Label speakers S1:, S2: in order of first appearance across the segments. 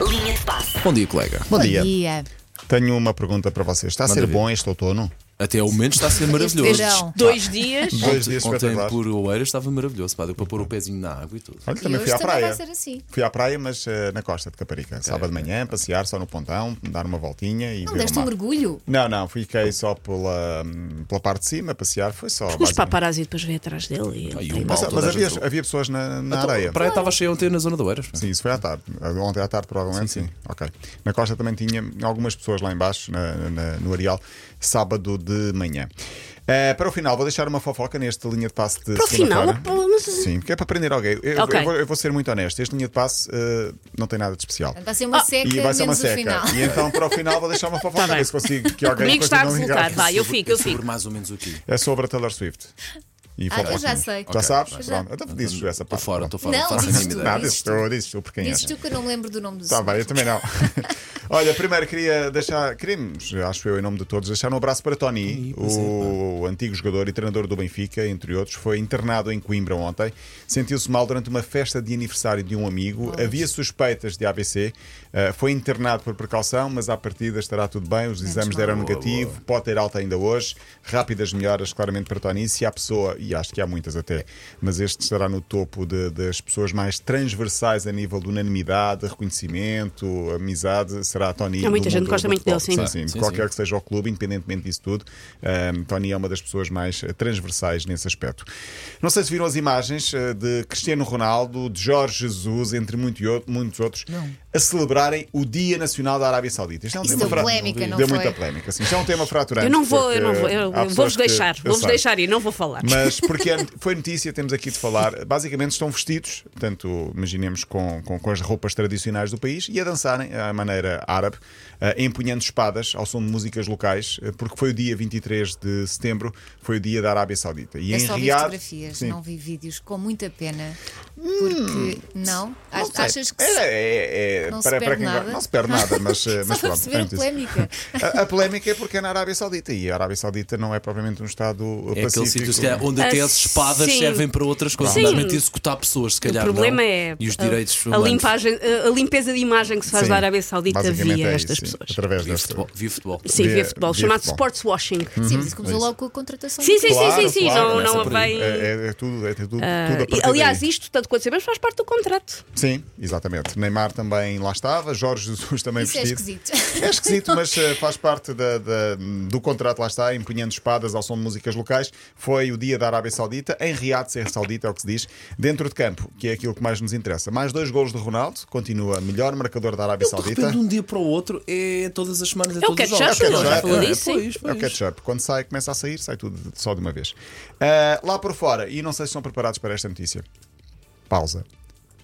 S1: Linha de passe.
S2: Bom dia, colega.
S3: Bom, dia.
S4: dia.
S3: Tenho uma pergunta para vocês. Está a
S2: Manda
S3: ser
S2: ver.
S3: bom este outono?
S2: Até ao momento está a ser maravilhoso.
S4: Este verão.
S5: Dois dias.
S3: Dois
S2: Ontem-
S3: dias
S2: Ontem
S3: espetaculares.
S2: por Oeiras estava maravilhoso, pá, deu para pôr o pezinho na água e tudo.
S3: Olha,
S4: E
S3: também fui
S4: hoje
S3: à
S4: também
S3: praia.
S4: vai ser assim.
S3: Fui à praia, mas eh, na costa de Caparica.
S2: É.
S3: Sábado de manhã, passear só no pontão, dar uma voltinha e
S4: Não
S3: ver o
S4: deste um
S3: mar.
S4: mergulho?
S3: Não, não, fiquei só pela, hum, pela parte de cima, passear, foi só.
S5: Os
S3: basicamente. um
S5: paparazzi depois vêm atrás dele.
S2: Ah,
S5: e
S2: e
S5: ele
S2: o
S5: tem-
S3: Mas,
S2: Mal, toda
S3: mas
S2: a
S3: havia,
S2: gente-
S3: havia pessoas na, na areia.
S2: A Então, praia estava cheia ontem na zona do Oeiras. pá.
S3: Sim, isso foi à tarde. Ontem à tarde, provavelmente, sim. Ok. Na costa também tinha algumas pessoas lá embaixo, na- na- no Areal, sábado de manhã. Eh, para o final, vou deixar uma fofoca neste linha de passe de
S5: Para o final,
S3: segunda-feira.
S5: pô, mas-
S3: Sim, porque é para prender alguém. Eu,
S5: Ok.
S3: eu vou, eu vou ser muito honesto. Este linha de passe eh, não tem nada de especial.
S4: Vai ser
S5: Ah,
S4: uma seca
S3: E vai ser uma
S4: É menos o
S3: seca.
S4: final.
S3: E então, para o final, vou deixar uma fofoca.
S5: Tá bem.
S3: ver se consigo que alguém
S5: Comigo está a
S3: continue
S5: resultar.
S3: enganar.
S5: Vai, eu fico, eu
S2: Sobre
S5: fico.
S2: mais ou menos o quê?
S3: É sobre a Taylor Swift. E
S4: Ah,
S3: fofoquinhas.
S4: eu já sei.
S3: Já
S2: Ok,
S3: sabes?
S4: já.
S3: Pronto. Então dizes essa
S2: Estou
S3: parte.
S2: fora,
S3: Pronto.
S2: estou fora.
S4: Não,
S2: faço a
S4: dizes
S2: mínima
S4: tu,
S2: ideia.
S3: Nada,
S4: Dizes
S3: dizes tu, dizes tu, por quem
S4: Dizes
S3: é.
S4: tu que eu não me lembro do nome do
S3: Tá
S4: senhor.
S3: bem, eu também não. Olha, primeiro queria deixar, queremos, acho eu, em nome de todos, deixar um abraço para Tony,
S2: pois é,
S3: o antigo jogador e treinador do Benfica, entre outros, foi internado em Coimbra ontem. Sentiu-se mal durante uma festa de aniversário de um amigo, havia suspeitas de AVC, eh, foi internado por precaução, mas à partida estará tudo bem, os exames deram
S2: Boa,
S3: negativo, pode ter alta ainda hoje. Rápidas melhoras, claramente, para Tony. Se há pessoa, e acho que há muitas até, mas este estará no topo de- das pessoas mais transversais a nível de unanimidade, reconhecimento, amizade, será a Tony.
S5: Há muita
S3: do
S5: gente
S3: mundo
S5: que gosta
S3: do
S5: muito dele,
S3: futebol.
S5: sim.
S2: Sim,
S3: Qualquer
S2: sim.
S3: que seja o clube, independentemente disso tudo, ahm, Tony é uma das pessoas mais eh, transversais nesse aspecto. Não sei se viram as imagens eh, de Cristiano Ronaldo, de Jorge Jesus, entre muito e outro- muitos outros, a celebrarem o Dia Nacional da Arábia Saudita. Isto é um
S4: Isso
S3: tema
S4: deu
S3: fra-
S4: polémica, não
S3: Deu
S4: foi?
S3: muita polémica. Sim, isto é um tema fraturante.
S5: Eu não vou,
S3: porque
S5: eu não vou. Eu,
S3: há
S5: eu
S3: pessoas
S5: vou-vos
S3: que-
S5: deixar,
S3: eu
S5: vou-vos
S3: sei.
S5: deixar ir, não vou falar.
S3: Mas porque é- foi notícia, temos aqui de falar. Basicamente estão vestidos, portanto, imaginemos com, com, com as roupas tradicionais do país e a dançarem à maneira árabe, eh, empunhando espadas ao som de músicas locais, eh, porque foi o dia 23 de setembro, foi o dia da Arábia Saudita. E
S4: Eu
S3: em
S4: É só vi
S3: Riad-
S4: fotografias,
S3: Sim. Hum.
S4: não vi vídeos, com muita pena. Porque não? Ach- Achas que
S3: É,
S4: se-
S3: é, é,
S4: não se
S3: para, para
S4: perde
S3: quem
S4: nada?
S3: gosta- não se perde nada, mas, eh,
S4: Só
S3: mas
S4: para
S3: pronto.
S4: perceber a
S3: portanto, isso.
S4: polémica.
S3: A, a polémica é porque é na Arábia Saudita e a Arábia Saudita não é propriamente um Estado
S2: É
S3: pacífico.
S2: aquele sítio se calhar, onde até
S5: Ah,
S2: as espadas
S5: sim.
S2: servem para outras coisas,
S5: Sim.
S2: normalmente executar pessoas, se calhar.
S5: o problema
S2: não,
S5: é
S2: E os direitos
S5: a,
S2: humanos.
S5: limpagem, a limpeza de imagem que se faz
S3: Sim,
S5: da Arábia Saudita
S3: basicamente é
S5: via
S3: isso,
S5: estas
S3: sim,
S5: pessoas.
S3: Através
S2: Viva
S3: desta.
S2: futebol. Viva futebol.
S5: Sim,
S3: Via-
S5: via futebol,
S3: via
S5: chamado
S3: futebol. Uhum.
S5: sports washing.
S4: Sim, mas isso começou logo com a contratação
S5: Sim,
S4: do
S5: sim,
S4: Porto.
S5: sim, sim,
S3: claro,
S5: não, não
S2: começa por aí.
S5: vem.
S3: É, é- é tudo, é tudo, tudo a
S5: E,
S3: partir
S5: aliás,
S3: daí.
S5: isto, tanto quanto sabemos, faz parte do contrato.
S3: Sim, exatamente. Neymar também lá estava, Jorge Jesus também
S4: Isso é
S3: vestido.
S4: esquisito.
S3: É esquisito, mas eh, faz parte da- da- do contrato, lá está, empunhando espadas ao som de músicas locais. Foi o dia da Arábia Saudita, em Riad, ser saudita, é o que se diz, dentro de campo, que é aquilo que mais nos interessa. Mais dois golos de Ronaldo, continua melhor marcador da Arábia
S2: De
S3: é Saudita.
S2: repente, de um dia para o outro, é todas as semanas. É,
S5: o
S2: todos os
S5: ketchup,
S2: jogos.
S3: nós já falou
S2: É,
S5: disso,
S2: pois,
S3: É o
S2: pois.
S3: ketchup. Quando sai, começa a sair, sai tudo de- só de uma vez. Ah, lá por fora, e não sei se estão preparados para esta notícia. Pausa.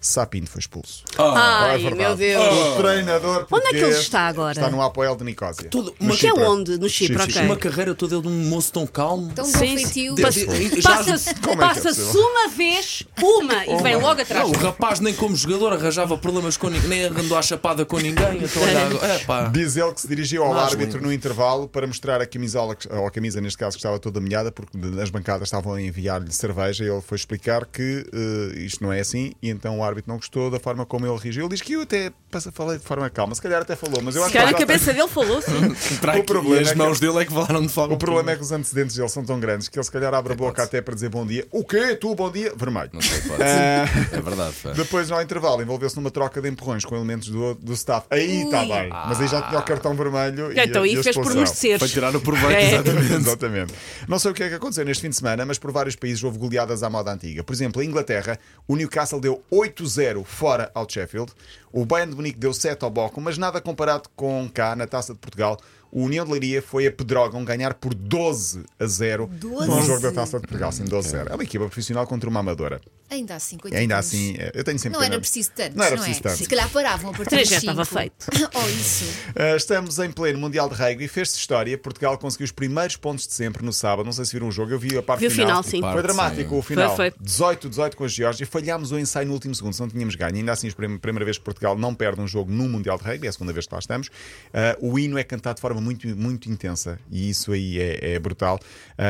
S3: Sapinto foi expulso.
S5: Oh.
S2: Ah,
S5: Ai,
S3: É verdade.
S5: meu Deus.
S3: O treinador
S5: Onde é que ele
S3: português
S5: está agora?
S3: Está no Apoel de Nicósia.
S2: Todo-
S3: No
S2: mas
S5: Que é
S3: Chipre.
S5: onde? No Chipre,
S3: Chipre,
S5: ok.
S2: Uma carreira toda de um moço tão calmo.
S4: Tão
S5: Sim,
S4: conflitio.
S2: Deve-
S4: Sim,
S2: e- e já-
S5: Passa-se
S3: Como é que é
S5: passa-se
S3: possível?
S5: uma vez, uma, e vem logo
S2: Não,
S5: atrás.
S2: o rapaz nem como jogador arranjava problemas com ninguém, nem andou à chapada com ninguém. Então olha agora. É, pá.
S3: Diz ele que se dirigiu ao
S2: Mas
S3: árbitro
S2: lindo.
S3: no intervalo para mostrar a camisola, que- ou a camisa neste caso, que estava toda molhada, porque nas bancadas estavam a enviar-lhe cerveja e ele foi explicar que eh, isto não é assim e então o árbitro não gostou da forma como ele reagiu. Ele diz que eu até passa- falei de forma calma, se calhar até falou, mas eu
S5: Se
S3: acho
S5: calhar
S3: que
S5: a
S3: já-
S5: cabeça dele falou, sim.
S2: Para
S3: O
S2: aqui,
S3: problema
S2: e as
S3: é que-
S2: mãos dele é que falaram de forma.
S3: O problema é que os antecedentes dele são tão grandes que ele se calhar abre a boca até para dizer bom dia. O quê? Tu, bom dia? Vermelho.
S2: Não sei, pode.
S3: Ah.
S2: É verdade. pá.
S3: Depois, no intervalo, envolveu-se numa troca de empurrões com elementos do, do staff. Aí está
S4: Ui.
S3: bem.
S2: Ah.
S3: Mas aí já tinha o cartão vermelho. e a-
S5: Então,
S3: e
S5: e
S3: a
S5: fez por
S3: expulsão.
S5: merecer.
S2: Para tirar o proveito,
S5: É.
S2: exatamente.
S3: Exatamente. Não sei o que é que aconteceu neste fim de semana, mas por vários países houve goleadas à moda antiga. Por exemplo, a Inglaterra, o Newcastle deu 8-0 fora ao Sheffield, o Bayern de Munique deu 7 ao Bochum, mas nada comparado com cá na Taça de Portugal. O União de Leiria foi a Pedrógão ganhar por 12 a 0 num
S4: 12?
S3: jogo da Taça de Portugal, sim, 12 a 0. É uma equipa profissional contra uma amadora.
S4: Ainda assim,
S3: E
S4: coitadinhos.
S3: ainda assim, é, eu tenho sempre
S4: Não
S3: pena.
S4: era preciso tanto,
S3: Não era preciso
S4: é?
S3: tanto.
S4: Se calhar paravam a partir
S5: Três
S4: dos
S5: já
S4: cinco.
S5: estava feito.
S4: Ou isso.
S3: Uh, estamos em pleno Mundial de Rugby. Fez-se história. Portugal conseguiu os primeiros pontos de sempre no sábado. Não sei se viram o jogo. Eu vi a parte
S5: Vi o
S3: final.
S5: final,
S3: Foi
S5: sim.
S2: Parte,
S3: dramático
S2: sim.
S3: o final.
S5: Foi, foi.
S3: 18-18 com a Geórgia. Falhámos o ensaio no último segundo. Se não tínhamos ganho. Ainda assim, a primeira vez que Portugal não perde um jogo no Mundial de Rugby. É a segunda vez que lá estamos. Uh, o hino é cantado de forma muito, muito intensa. E isso aí é, é brutal.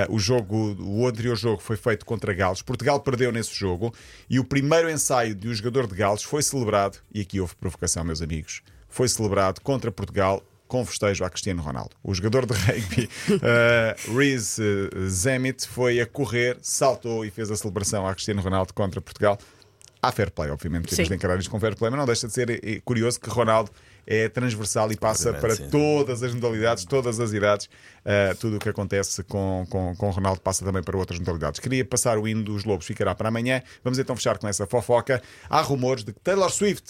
S3: Uh, o jogo, o anterior jogo foi feito contra Gales. Portugal perdeu nesse jogo. E o primeiro ensaio de um jogador de Gales foi celebrado. E aqui houve provocação, meus amigos foi celebrado contra Portugal com festejo a Cristiano Ronaldo. O jogador de rugby, eh, Reese eh, Zemit, foi a correr, saltou e fez a celebração a Cristiano Ronaldo contra Portugal. Há fair play, obviamente, temos
S5: Sim.
S3: de encarar isto com fair play, mas não deixa de ser eh, curioso que Ronaldo é transversal e passa
S2: Obviamente,
S3: para
S2: sim.
S3: todas as modalidades, todas as idades. eh, tudo o que acontece com, com, com Ronaldo passa também para outras modalidades. Queria passar o hino dos Lobos, ficará para amanhã. Vamos então fechar com essa fofoca. Há rumores de que Taylor Swift.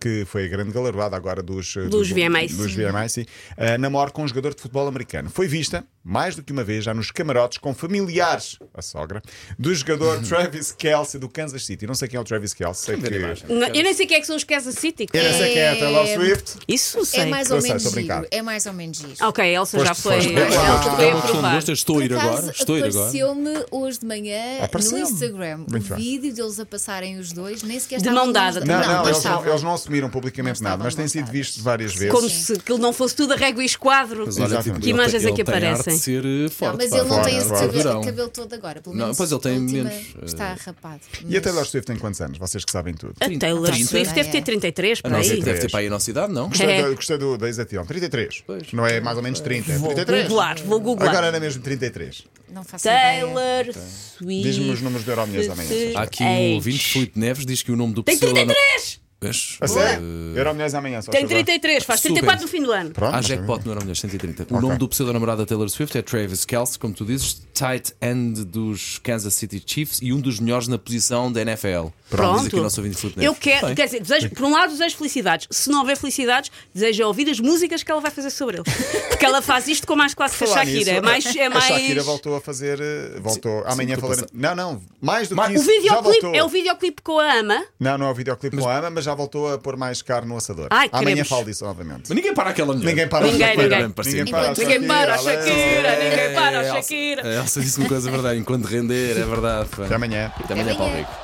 S3: Que foi a grande galardoada agora dos, eh,
S5: Dos VMAs.
S3: dos VMAs, sim, eh, namora com um jogador de futebol americano. Foi vista, mais do que uma vez, já nos camarotes com familiares, a sogra, do jogador Travis Kelsey do Kansas City. Não sei quem é o Travis Kelsey. Sei que... Eu
S5: Não, Eu nem sei quem é que são os Kansas City.
S3: não sei quem é a Taylor
S4: É-
S3: Swift.
S5: Isso sei.
S4: É mais ou
S3: Eu sei,
S4: menos
S3: estou a brincar.
S4: giro. É mais ou menos giro.
S5: Ok, a Elsa já
S2: Foste-
S5: foi.
S2: foste-
S5: Elsa
S4: Ah.
S5: foi
S2: Ela gostou, não
S5: aprovar.
S2: gostas? Estou a ir
S4: Por
S2: agora.
S4: acaso,
S2: Estou a ir agora.
S4: Apareceu-me hoje de manhã
S3: Apareceu-me.
S4: no Instagram
S3: Muito
S4: o
S3: bem.
S4: vídeo deles a passarem os dois, nem sequer
S5: De
S4: estavam
S5: mão dada.
S4: longe
S3: Não,
S4: da-
S3: não,
S4: mas
S3: eles, não,
S4: estavam.
S3: eles não assumiram publicamente
S4: Não
S3: nada, mas
S4: estavam
S3: têm sido
S4: lançados.
S3: vistos várias vezes.
S5: Como se aquilo não fosse tudo a régua e esquadro.
S2: Mas olha,
S3: Exatamente.
S2: tipo,
S5: Que
S2: ele
S5: imagens
S2: tem-
S5: é que
S2: ele tem arte
S5: aparecem?
S2: de ser eh, forte.
S4: Não, mas
S2: pá,
S4: ele não
S3: fora,
S4: tem esse
S3: fora.
S4: cabelo,
S2: Durão.
S4: cabelo todo agora. Pelo
S2: Não,
S4: menos
S2: pois ele tem
S4: a última
S2: menos, eh,
S4: Está rapado.
S3: E a Taylor
S4: mas-
S3: Swift tem quantos anos? Vocês que sabem tudo.
S5: A Taylor
S2: Trinta.
S5: Swift deve ter 33
S2: A
S5: para
S2: nossa
S5: aí.
S2: deve ter para aí a nossa idade, não?
S3: Gostei,
S5: É.
S3: do, gostei do, da exatidão. 33.
S2: Pois.
S3: Não é mais ou menos 30. é 33.
S5: Googlar, vou
S3: Agora
S5: googlar.
S3: era mesmo 33.
S4: Não faço ideia.
S5: Taylor Swift.
S3: Diz-me os números de Euromilhões amanhã. Sérgio.
S2: Há aqui
S5: Age.
S2: um ouvinte, Filipe Neves, diz que o nome do
S5: Tem
S2: professor. lá na-
S5: 33!
S2: Vês?
S3: A sério? Euromilhões amanhã, só
S5: Tem
S3: para ver.
S5: 33, faz
S2: Super.
S5: 34 no fim do ano.
S3: Pronto,
S2: Há
S3: mas
S2: jackpot no Euromilhões 130. O nome do pseudo-namorado da Taylor Swift é Travis Kelce, como tu dizes, tight end dos Kansas City Chiefs e um dos melhores na posição da NFL. Diz aqui o nosso ouvinte Filipe Neves.
S5: Eu quero,
S2: Bem.
S5: quer dizer, desejo, por um lado desejo felicidades. Se não houver felicidades, desejo ouvir as músicas que ela vai fazer sobre eles. Porque ela faz isto com mais classe que a
S3: Falar
S5: Shakira. É
S3: nisso,
S5: mais, é
S3: a
S5: mais...
S3: Shakira voltou a fazer. eh, Voltou. amanhã
S2: sim,
S3: falaremos. Não, não. Mais do que
S2: Mas-
S5: O
S3: isso. já
S5: videoclipe
S3: voltou.
S5: é o videoclipe com a Ama.
S3: Não, não é o videoclipe com a Ama, mas já voltou a pôr mais carne no assador.
S5: Ai,
S3: amanhã
S5: queremos.
S3: falo disso novamente.
S2: Mas ninguém para aquela mulher.
S3: Ninguém para a
S5: Ninguém,
S3: Shakira.
S5: ninguém.
S3: Ninguém para a
S4: Enquanto-
S5: Ninguém para a
S3: Shakira,
S5: Shakira, ninguém para
S2: É,
S5: a
S2: Elsa-
S5: Shakira.
S2: A Elsa disse uma coisa verdade, enquanto render, é verdade. pá.
S3: Até amanhã.
S2: Até amanhã, Paulo
S4: amanhã.
S2: Rico.